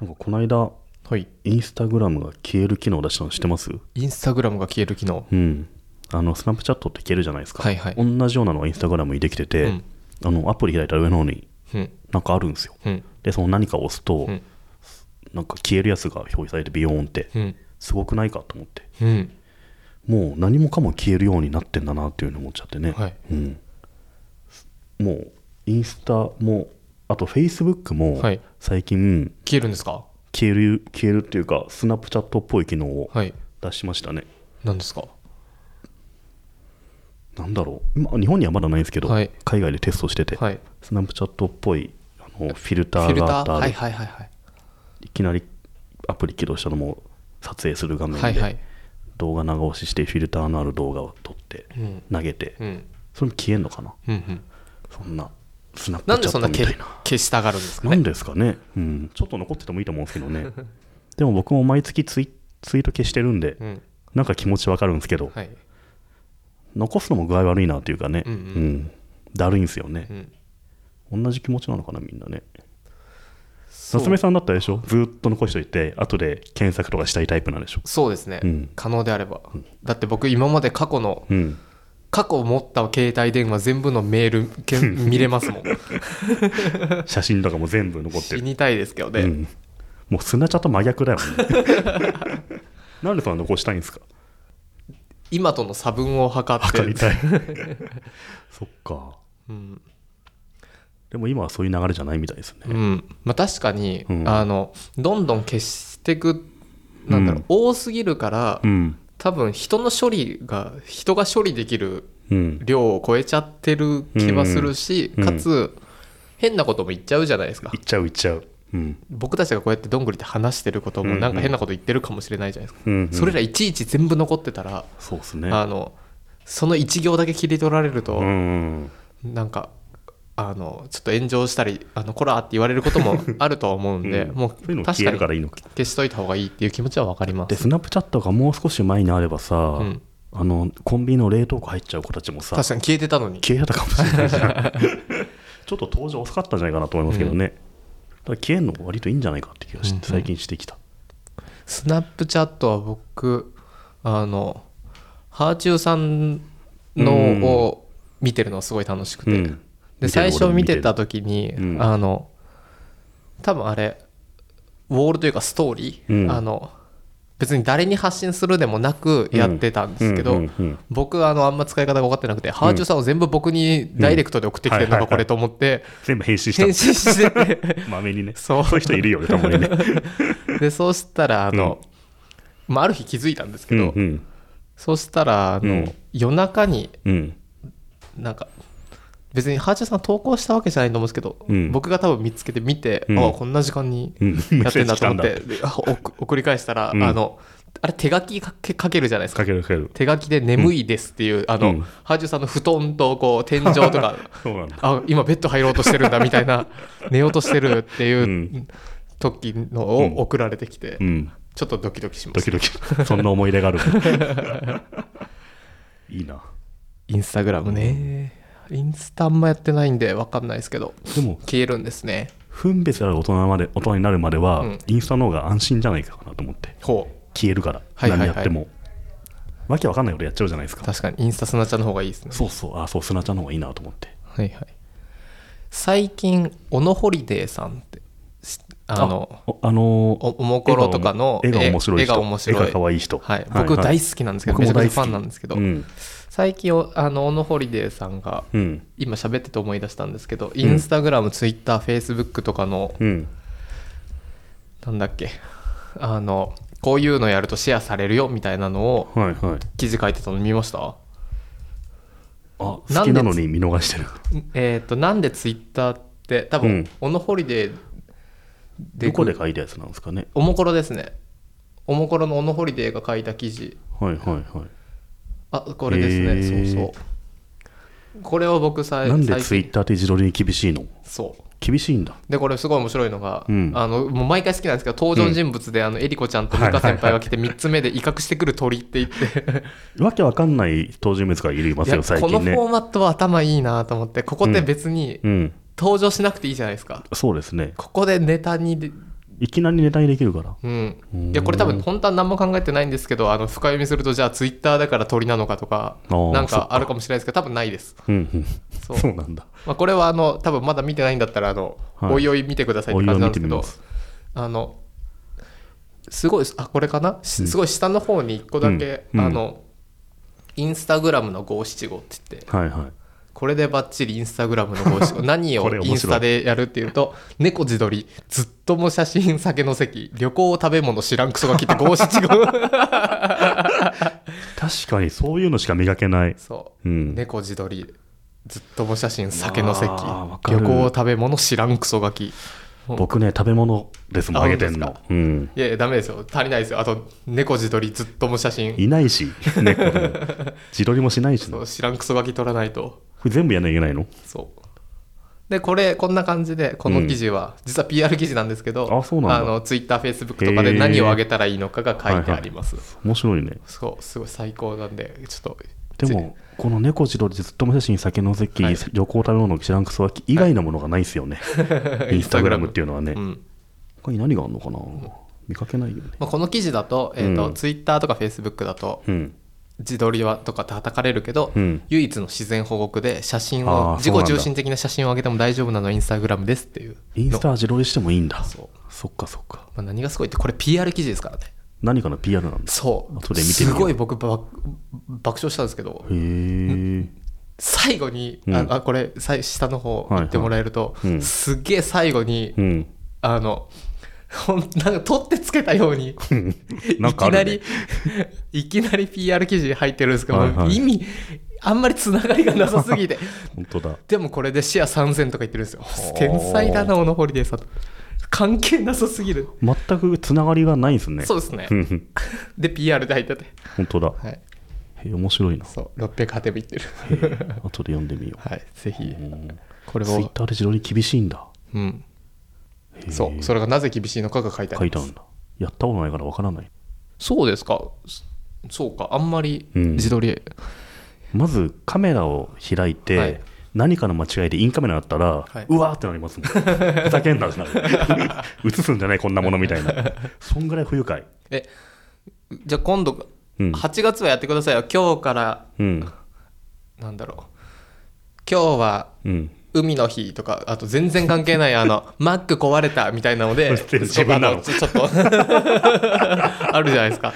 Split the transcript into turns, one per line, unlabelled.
なんかこの間、
はい。
インスタグラムが消える機能出したの知ってます
インスタグラムが消える機能。
うん。あの、スナップチャットって消えるじゃないですか。
はいはい。
同じようなのがインスタグラムにできてて、
うん
あの、アプリ開いたら上の方に
うん。
なんかあるんですよ。
うん。
で、その何かを押すと、
うん
なんか消えるやつが表示されてビヨーンって、
うん。
すごくないかと思って。
うん。
もう何もかも消えるようになってんだなっていうふうに思っちゃってね。
はい
うん。もう、インスタも、あとフェイスブックも
はい、
最近、
消えるんですか
消える、消えるっていうか、スナップチャットっぽい機能を
はい。
出しましたね。
何ですか
なんだろう、まあ、日本にはまだないんですけど、
はい
海外でテストしてて、
はい。
スナップチャットっぽいあのフィル
フ
タ
ィ
ー
ル
があ
タ
っ
ー
た
はいはいはいはい。
いきなりアプリ起動したのも撮影する画面
はいは
で
い。
動画長押ししてフィルターのある動画を撮って
うん。
投げて、
うん。
それも消えんのかな
うんうん。
そんなスナッ
な
プチ
んで
ャ
そ
ット
んな
み
消
た
え
いな
消したがるんですか
なん
ね
ですかね、うん、ちょっと残っててもいいと思うんですけどねでも僕も毎月ツイツイート消してるんで
うん。
なんか気持ちわかるんですけど、
はい。
残すのも具合悪いなっていうかね、
うんうん
うんだるいんですよね、
うん。
同じ気持ちなのかなみんなね
そう
夏目さんだったでしょずーっと残しといて後で検索とかしたいタイプなんでしょ
そうですね
うん。
可能であれば。だって僕今まで過去の、
うん
過去持った携帯電話全部のメールけん見れますもん。
写真とかも全部残って
死
る、
にたいですけど
う
ね。
ん、もう砂茶と真逆だよね なんでそんな残したいんですか
今との差分を測って。
測り たいそっか
うん。
でも今はそういう流れじゃないみたいですね
うんまあ、確かに、
うん
あのどんどん消していくなんだろう、
うん
多すぎるから、
うん
多分人の処理が人が処理できる
うん
量を超えちゃってる気はするし、
うんうん
かつ変なことも言っちゃうじゃないですか
いっちゃういっちゃううん、
僕たちがこうやってどんぐりって話してること
うん
も
うん
なんか変なこと言ってるかもしれないじゃないですか、
うんうん、
それらいちいち全部残ってたら、
そうですね
あのその1行だけ切り取られると、
うんうん
なんかあのちょっと炎上したりあのコラーって言われるこ ともあるとは思うんで、
うん
もう
そういうの
確か
消え
に
るからいいのか
消しといた方がいいっていう気持ちは分かりま。
ですスナップチャットがもう少し前にあればさ、
うん、
あのコンビニの冷凍庫入っちゃう子たちもさ
確かに消えてたのに。
消えたかもしれないじゃ んちょっと登場遅かったんじゃないかなと思いますけどね、だから消えるのも割といいんじゃないかって気がし
うんうん
最近してきた、
スナップチャットは僕、あの、ハーチューさんの
うん
を見てるのすごい楽しくて。
うん
で、
見てる
最初
俺も
見
見てる
てた時に、
うん
あの、多分あれ、ウォールというかストーリー、
うん
あの、別に誰に発信するでもなくやってたんですけど、
うんうんうん
僕あのあんま使い方が分かってなくて、ハーチューさんを全部僕にダイレクトで送ってきてるの
うん
がこれと思って
全部返信
返
し
信してて
たまめにね
そう
そういう人いるよねたまにね
でそうした らあの、まあ、ある日気づいたんですけど、
うん
そうしたらあの、
うん
夜中に
うん
なんか別にハーチャーさん投稿したわけじゃないと思うんですけど、
うん
僕が多分見つけて見て、
うん
あこんな時間に
うんメ
や
ッ
って
セー
んだ
ジ来
と
たん
思っ
だ
てであ送送り返したら、
うん
あのあれ手書きかけかけるじゃないですか
かけるかける
手書きで「眠いです」っていう、あの
うん
ハーチューさんの布団とこう天井と か
そうなんだ
あ今ベッド入ろうとしてるんだみた いな寝ようとしてるっていううん時のを送られてきて、
うん
ちょっとドキドキしま
ド
す
キド キそんな思い出があるいいな
インスタグラムねインスタあんまやってないんで分かんないですけど
でも
消えるんですね
分別ある大人まで大人になるまでは、
うん
インスタの方が安心じゃないかなと思って
ほ
消えるから、
はいはいはい
何やってもわけわかんないことやっちゃうじゃないです
う
か
確かにインスタスナチャの方がいいですね
そうそうあそう砂ちゃんの方がいいなと思って
はいはい最近オノホリデーさんってしあの
おあのー
おおもころとかの
絵が面白い
絵
人
が面白い
絵が可愛い人
はい、僕大
好
好きなんです
き
けど、めちゃくちゃファンなんですけど、
うん、
最近おあのオノホリデーさんが
うん
今喋ってて思い出したんですけど、インスタグラムツイッターフェイスブックとかの
うん、
なんだっけあのこういうのやるとシェアされるよみたいなのを
はいはい
記事書いてたの見ました
あ好
なん
き
で
なのに見逃してる
えっ、となんでツイッターって多
うん
分、オノホリデー
どこで書いたやつなんですかね
おもころですねおもころのオノホリデーが書いた記事
はいはいはい
あこれですね、
へー
そうそうこれを僕さ
なんで
最
ツイッ
近
ターって自撮りに厳しいの
そう
厳しいんだ
でこれすごい面白いのが、
うん
あのもう毎回好きなんですけど登場人物で、あのえりこちゃんと美香先輩が来て3つ目で威嚇してくる鳥って言って
わけわかんない登場人物がい ます
いや
よ最
この
近
フォ
ね
ーマットは頭いいなと思ってここって別に
うん
登場しなくていいじゃないですか、
そうですね
ここでネタに
いきなりネタにできるから
うん、いやこれ多分本当は何も考えてないんですけどあの深読みするとじゃあツイッターだから鳥なのかとか
あー
なん
そっ
かあるかもしれないですけど多分ないです
うんうん
そ
そううなんだ
まあ、これはあの多分まだ見てないんだったらあの、
はい
おいおい見てくださいって感じなんですけ
おいおい見
ど
てみます
あのすごいあこれかな、しすごい下の方に1個だけ、
うんうん
あのインスタグラムの575って言って
はいはい
これでバッチリインスタグラムの 575何
こ
を
れ面
イ
白い
ンスタでやるっていうと猫自撮りずっとも写真酒の席旅行食べ物知らんクソが来て575
確かにそういうのしか磨けない
そうう、
ん
猫自撮りずっとも写真酒の席
うわーわか
旅
る
行食べ物知らんクソガキ
僕ね食べ物ですもん
あ
あげてん
本
の
当で
うん
いやいや、ダメですよ。足りないですよ。あと、猫自撮りずっとも写真。
いないし猫でも 自撮りもしないしな
そ
こ
う知らんクソガキ撮らないと。
れ全部やんなきゃいけないの
そう。で、これ、こんな感じで、この記事は、実は PR 記事なんですけど、
あそうなんだ
の、Twitter、Facebook とかで
へー
何をあげたらいいのかが書いてあります。
面白いね
そう、すごい最高なんで、ちょっと。
で
ぜ
もこの猫自撮りずっと無写真酒の席、
はい
旅行食べ物知らんくそわき以外のものがないです よね、インスタグラムっていうのはね、
うん
他に何があるのかな見かけないよね
まあ、この記事だと,、えーと
うん
Twitter とか Facebook だと
うん
自撮りはとか叩かれるけど、
うん
唯一の自然保護区で写真
あ
を
ー
自
そうなん
己
だ
中心的な写真を上げても大丈夫なのはインスタグラムですっていう
インスタは自撮りしてもいいんだ
そう
そっかそっか
まあ、何がすごいってこれ PR 記事ですからね
何かの PR なんです
そう
後で見てみよう
すごい僕ば爆笑したんですけど
へえ
最後に、
うん
ああこれ最下の方行ってもらえると、
いはいうん
すっげえ最後に、
うん
あのほんなんか取ってつけたように
ないんかあ
きな
るね
りいきなり PR 記事入ってるんですけど、
はいはい
意味あんまりつながりがなさすぎて
本当だ
でもこれでシェア3000とか言ってるんですよ
ー
天才だなオノホリデーさん関係なさすぎる、
全くつながりがないんですね
そうですね
うんうん
で PR で入ってて
本当だ
はい
へえ面白いな
そう608でもいってる
後で読んでみよ
はい、ぜひ
う、うん
これ
ツイッ
を、
ターで自撮り厳しいんだ
うん、
へえ
そう、それがなぜ厳しいのかが書いてあ
書
り
い
ま
てあ
す
るんだやったことないからわからない
そうですか、そそうか、あんまり
うん
自撮り、
まずカメラを開いて、
はい
何かの間違いでインカメラだったら、
はいう
わーってなりますもん ふざけんなってなる映すんじゃないこん なものみたいなそんぐらい不愉快
え、じゃあ今度、
うん、
8月はやってくださいよ、今日から、
うん
なんだろう、今日は
うん、
海の日とか、あと全然関係ない、 あの、マック壊れたみたいなの
そ
で、
して自分なの
ちょっと、あのちょちょっと あるじゃないですか、